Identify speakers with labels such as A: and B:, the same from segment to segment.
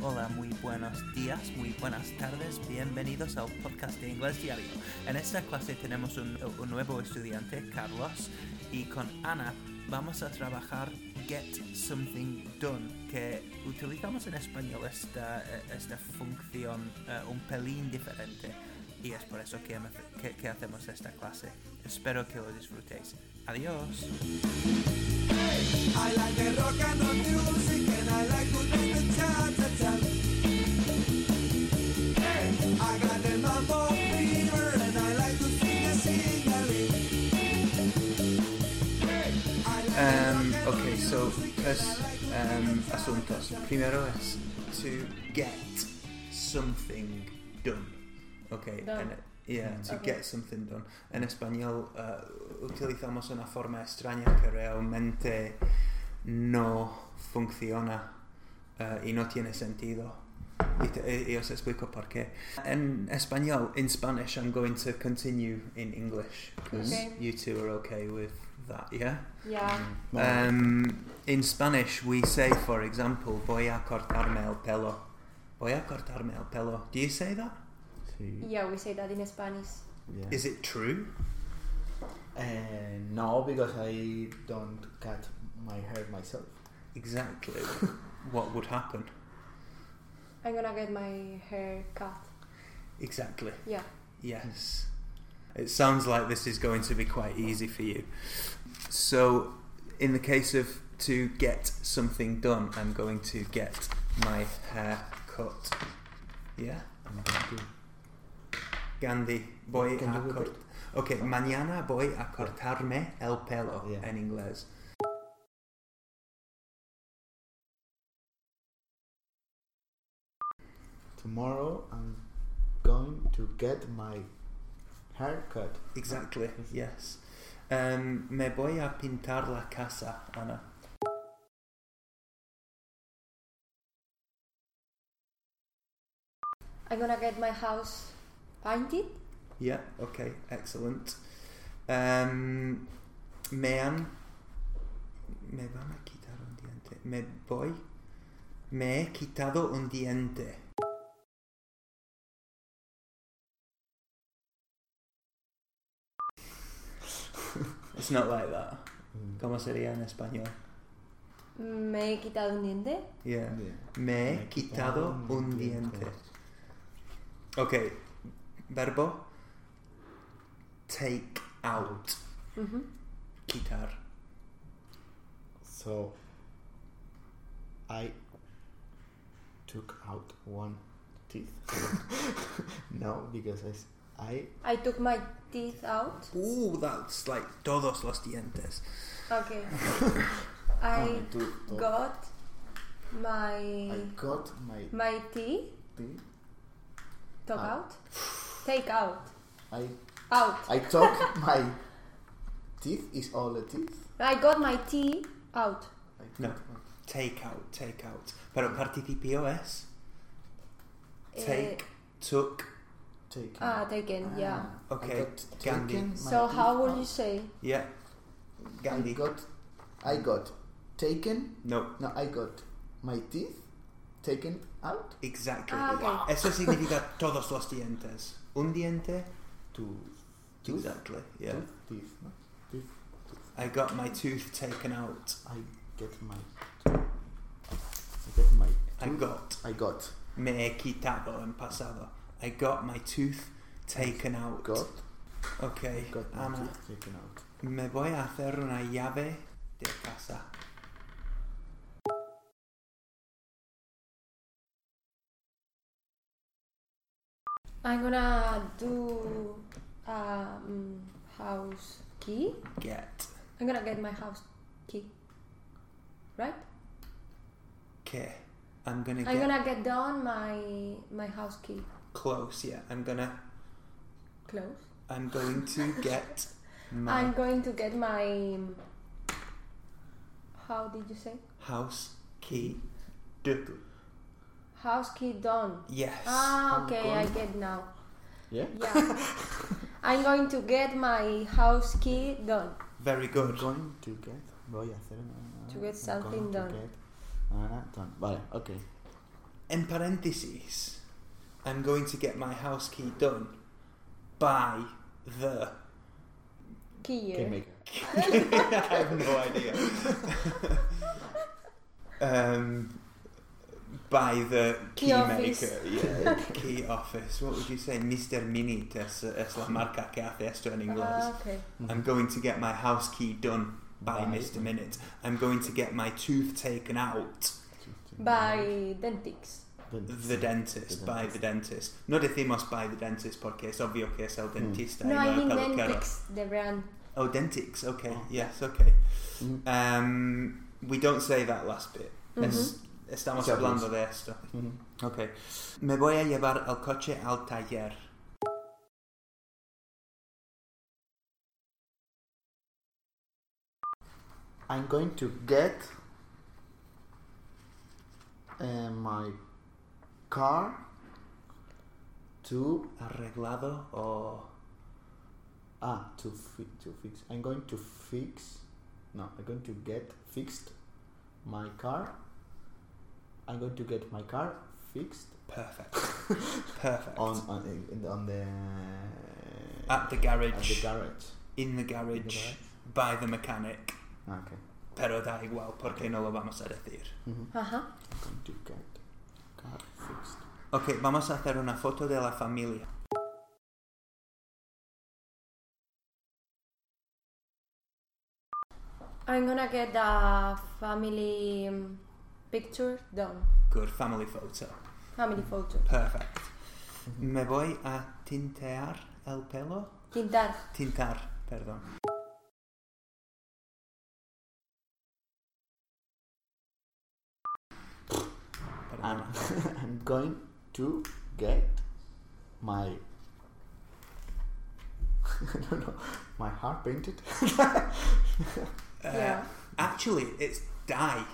A: Hola, muy buenos días, muy buenas tardes, bienvenidos al podcast de Inglés Diario. En esta clase tenemos un, un nuevo estudiante, Carlos, y con Ana vamos a trabajar Get Something Done, que utilizamos en español esta, eh, esta función eh, un pelín diferente, y es por eso que, que- que hacemos esta clase. Espero que lo disfrutéis. Adiós.
B: I like the rock and roll music and I like to dance and cha-cha-cha. I got the mambo fever and I like to sing a sing-a-ling. I like the
A: Um,
B: rock and
A: ok,
B: roll
A: so,
B: music and
A: tres
B: I like to
A: um,
B: dance and
A: asuntos.
B: cha-cha-cha.
A: Primero es to get something done. Ok,
C: Done.
A: en- yeah, to
C: Ok.
A: get something done. En español uh, utilizamos una forma extraña que realmente no funciona uh, y no tiene sentido. Y, te, y os explico por qué. En español, in Spanish, I'm going to continue in English because
C: Okay.
A: you two are okay with that, yeah?
C: Yeah.
D: Ah.
A: Um, in Spanish, we say, for example, voy a cortarme el pelo. Voy a cortarme el pelo. Do you say that?
D: Sí.
C: Yeah, we say that in Spanish.
D: Yeah.
A: Is it true?
D: Uh, no, because I don't cut my hair myself.
A: Exactly. what would happen?
C: I'm gonna get my hair cut.
A: Exactly.
C: Yeah.
A: Yes. It sounds like this is going to be quite easy for you. So, in the case of to get something done, I'm going to get my hair cut. Yeah?
D: I'm going to-
A: Gandhi, voy
D: Can
A: a
D: you repeat?
A: cort- Okay, mañana voy a cortarme el pelo
D: Yeah.
A: en inglés.
D: Tomorrow I'm going to get my hair cut.
A: Exactly, yes. Um, me voy a pintar la casa, Ana.
C: I'm gonna get my house painted.
A: Yeah, okay, excellent. Um, me han... Me van a quitar un diente. Me voy... Me he quitado un diente. It's not like that.
D: Mm.
A: ¿Cómo sería en español?
C: Me he quitado un diente.
A: Yeah.
D: Yeah.
A: Me he quitado un diente. Okay. Verbo. Take out.
C: Mm-hmm.
A: Quitar.
D: So I took out one teeth. no, because I, s- I
C: I took my teeth out.
A: Ooh, that's like todos los dientes.
C: Okay.
D: Oh,
C: I
D: took- took-
C: got
D: I
C: my
D: got my
C: my teeth
D: teeth.
C: took
D: Ah.
C: out. Take out.
D: I
C: Out.
D: I took my teeth is all the teeth.
C: I got my tea out.
D: I took
A: No.
D: my-
A: Take out, take out. Pero participio es
C: Eh,
A: take, took.
D: Taken.
C: Ah, taken. Yeah.
D: Ah,
A: Okay,
D: I got
A: Gandhi.
D: taken my
C: So
D: teeth
C: how will
D: out.
C: you say?
A: Yeah. Gandhi.
D: I got, I got taken.
A: No,
D: No, I got my teeth taken out.
A: exactly.
C: Ah, okay.
A: Eso significa todos los dientes. Un diente.
D: Two Tooth?
A: Exactly. Yeah.
D: tooth, teeth. No? Teeth.
A: I got my tooth taken out.
D: I get my. I get my.
A: I got.
D: I got.
A: Me he quitado en pasado. I got my tooth taken out.
D: Got.
A: Okay,
D: Got my
A: Ana,
D: teeth taken out.
A: me voy a hacer una llave de casa.
C: I'm gonna do um, house key.
A: Get.
C: I'm gonna get my house key. Right?
A: Que. I'm gonna
C: I'm
A: get
C: gonna get down my my house key.
A: close. Yeah, I'm gonna.
C: Close.
A: I'm going to get my
C: I'm going to get my. um, How did you say?
A: house key. D.
C: House key done.
A: Yes.
C: Ah,
D: I'm
C: okay, I
D: going-
C: get now.
D: Yeah?
C: Yeah. I'm going to get my house key done.
B: Very good.
D: Going to get. Voy a hacer una-
C: To get something
D: going to
C: done.
D: get una done. Vale, ok.
A: In parentheses, I'm going to get my house key done by the.
C: Key
D: Can
C: year.
D: make it.
A: I have no idea. um, by the
C: Key
A: key,
C: office.
A: maker, yeah, key office. What would you say, Mister Minute? Es, es la marca que hace esto en inglés.
C: Ah, okay.
A: I'm going to get my house key done by
D: By-
A: Mister Minute. I'm going to get my tooth taken out.
C: By Dentix.
A: The dentist,
D: The
A: by the dentist. No decimos by the dentist porque es obvio que es el
D: Hmm.
A: dentista.
C: No,
A: y
C: I
A: el
C: mean
A: peluquero.
C: Dentix, the brand.
A: Oh, dentix. Okay.
D: Oh.
A: Yes. Okay.
D: Mhm.
A: Um, we don't say that last bit.
C: Mm-hmm.
A: Es- estamos
D: Sí,
A: hablando de esto.
D: Mhm.
A: Okay. Me voy a llevar el coche al taller.
D: I'm going to get uh, my car to
A: Arreglado o
D: ah to fi- to fix. I'm going to fix. No, I'm going to get fixed my car. I'm going to get my car fixed
A: perfect. perfect.
D: on on in- on the
A: at the
D: at the
A: garage.
D: garage.
A: in the garage.
D: In the garage.
A: By the mechanic.
D: Okay.
A: Pero da igual porque no lo vamos a decir.
D: Mhm.
C: Ajá.
D: I'm going to get car fixed.
A: Ok, vamos a hacer una foto de la familia.
C: I'm gonna get the family um, picture done.
A: Good family photo.
C: Family photo.
A: Perfect. Me voy a tintear el pelo.
C: Tintar.
A: Tintar, perdón.
D: I'm,
A: Perdona.
D: I'm going to get my I don't know my heart painted.
A: Eh,
C: yeah.
A: Actually, it's die.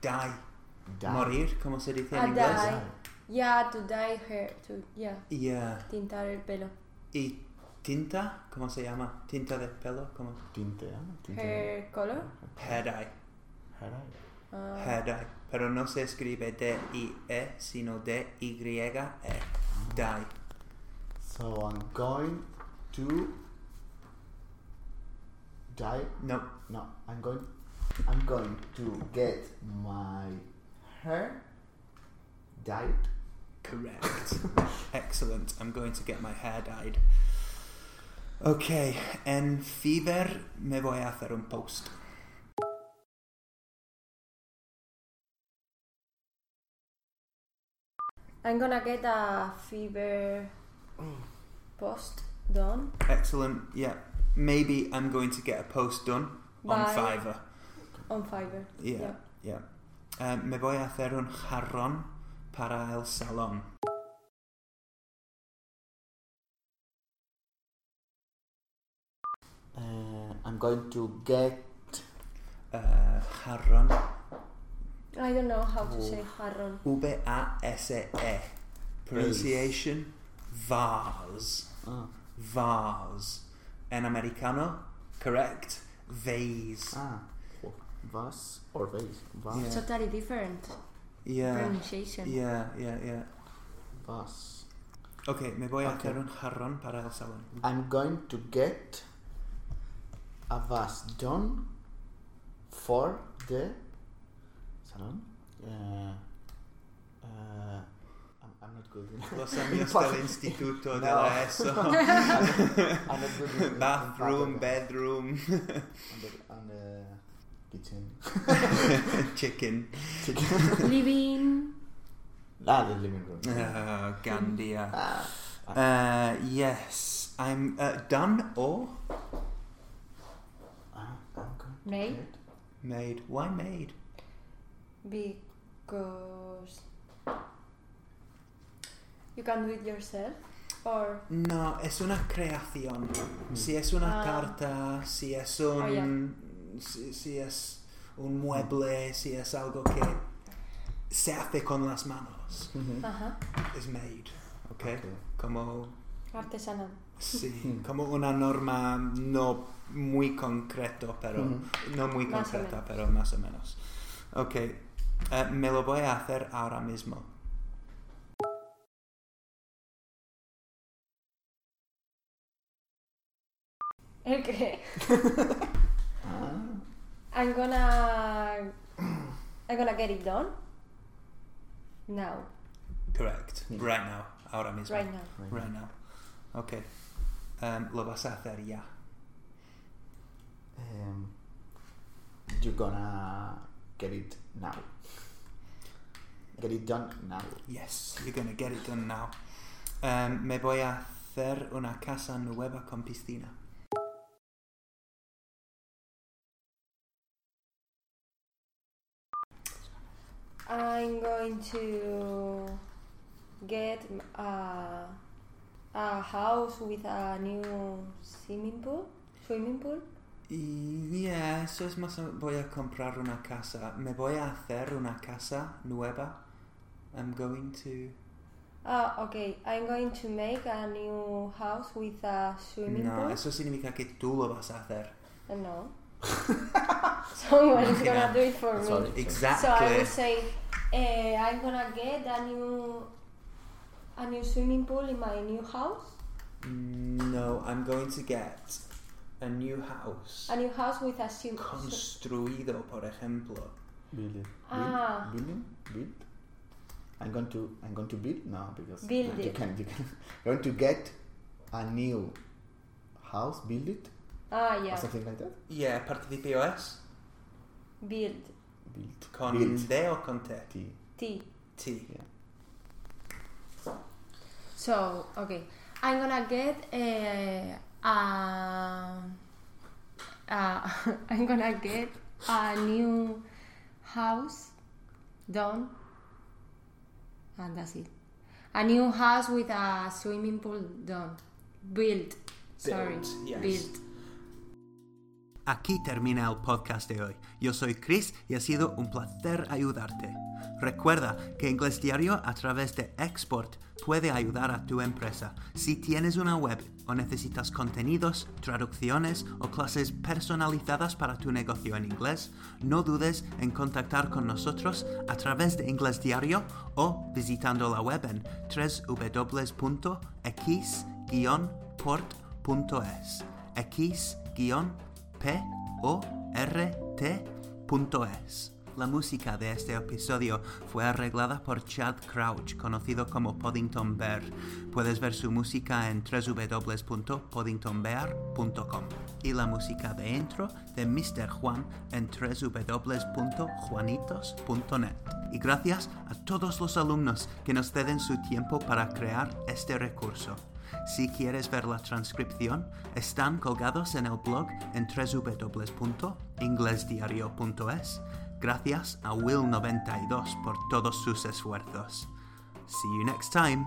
A: Die.
D: Dye.
A: Morir, como se dice
C: Ah,
A: en
D: Dye.
A: inglés.
C: dye. Yeah, to dye hair. To yeah.
A: Yeah.
C: Tintar el pelo.
A: Y tinta, ¿cómo se llama? Tinta de pelo, como
D: Tinte, ah, tinte.
C: Hair color.
A: hair dye.
D: Hair dye.
C: Uh,
A: Hair dye. Pero no se escribe D-I-E, E, sino E D-Y-E. Dye.
D: So I'm going to dye.
A: No.
D: No, I'm going. I'm going to get my hair dyed.
A: Correct. Excellent. I'm going to get my hair dyed. Okay, en Fever me voy a hacer un post.
C: I'm gonna get a fever post done.
A: Excellent, yeah. Maybe I'm going to get a post done on
C: Bye.
A: Fiverr.
C: On Fiverr.
A: Yeah, yeah. Um, me voy a hacer un jarrón para el salón.
D: Uh, I'm going to get
A: Uh, jarrón.
C: I don't know how to say jarrón.
A: V-A-S-E. E. Pronunciation. Vase.
D: ah,
A: Vase. En americano, correct? Vase.
D: ah vas or vase vas
A: Yeah.
C: Totally different
A: Yeah.
C: pronunciation.
A: Yeah, yeah, yeah.
D: vas.
A: Okay, me voy a
D: Okay.
A: hacer un jarrón para el salón.
D: I'm going to get a vas done for the salon. Uh, uh, I'm, I'm not good. in-
A: Los años
D: Fuck.
A: del instituto de
D: No.
A: la ESO.
D: I'm not good. in- in
A: Bathroom,
D: pattern.
A: bedroom,
D: And the, and the kitchen.
A: chicken.
C: Living.
D: ah, the living room.
A: Oh, Gandia.
D: Ah,
A: Uh, yes, I'm uh, done or
D: ah, I'm going to
C: Made?
D: get-
A: made. Why made?
C: Because you can do it yourself, or
A: No, es una creación. Si es una
C: Ah.
A: carta, si es un.
C: Oh, yeah.
A: si, si es un mueble, si es algo que se hace con las manos.
C: uh-huh.
A: Es made. Ok.
D: Okay.
A: Como
C: artesanal.
A: Sí,
D: Mm.
A: como una norma no muy concreto, pero
D: Ujú.
A: no muy
C: Más o
A: concreta,
C: menos.
A: pero más o menos. Ok, eh, me lo voy a hacer ahora mismo.
C: ¿El qué?
D: Ah.
C: I'm gonna. I'm gonna get it done. Now.
A: Correct.
D: Sí.
A: Right now. Ahora mismo.
C: Right now.
D: Right.
A: Right now. Um, Ok. Em, lo vas a hacer ya.
D: Um, you're gonna get it now. Get it done now.
A: Yes, you're gonna get it done now. Um, Em, me voy a hacer una casa nueva con piscina.
C: I'm going to get a, a house with a new swimming pool. Swimming pool.
A: Y yeah, eso es más. o- Voy a comprar una casa. Me voy a hacer una casa nueva. I'm going to.
C: Ah, okay. I'm going to make a new house with a swimming
A: No,
C: pool.
A: eso significa que tú lo vas a hacer.
C: Uh, No. Someone is gonna
A: Yeah.
C: do it for me.
D: Sorry.
C: So I
A: Exactly.
C: would say eh, I'm gonna get a new a new swimming pool in my new house.
A: No, I'm going to get a new house.
C: A new house with a swim.
A: Construido, por ejemplo.
D: Building.
C: Ah.
D: Building. Build. I'm going to. I'm going to build now because
C: Build
D: you
C: it.
D: can. You can. You're going to get a new house. Build it
C: ah, yeah.
D: or something like that.
A: Yeah, participio es
C: Build.
D: Build.
A: con
D: Build.
A: D o con T.
D: T.
C: T.
A: T.
C: So okay, I'm gonna get a. Uh, uh, I'm gonna get a new house done, and that's it. A new house with a swimming pool done, built. Sorry,
A: Built, yes.
C: built.
A: Aquí termina el podcast de hoy. Yo soy Chris y ha sido un placer ayudarte. Recuerda que Inglés Diario a través de Export puede ayudar a tu empresa. Si tienes una web o necesitas contenidos, traducciones o clases personalizadas para tu negocio en inglés, no dudes en contactar con nosotros a través de Inglés Diario o visitando la web en www.x-port.es. X-port p-o-r-t.es. La música de este episodio fue arreglada por Chad Crouch, conocido como Poddington Bear. Puedes ver su música en www.poddingtonbear.com y la música de intro de Mr. Juan en www.juanitos.net. Y gracias a todos los alumnos que nos ceden su tiempo para crear este recurso. Si quieres ver la transcripción, están colgados en el blog en www.inglesdiario.es. Gracias a Will92 por todos sus esfuerzos. See you next time.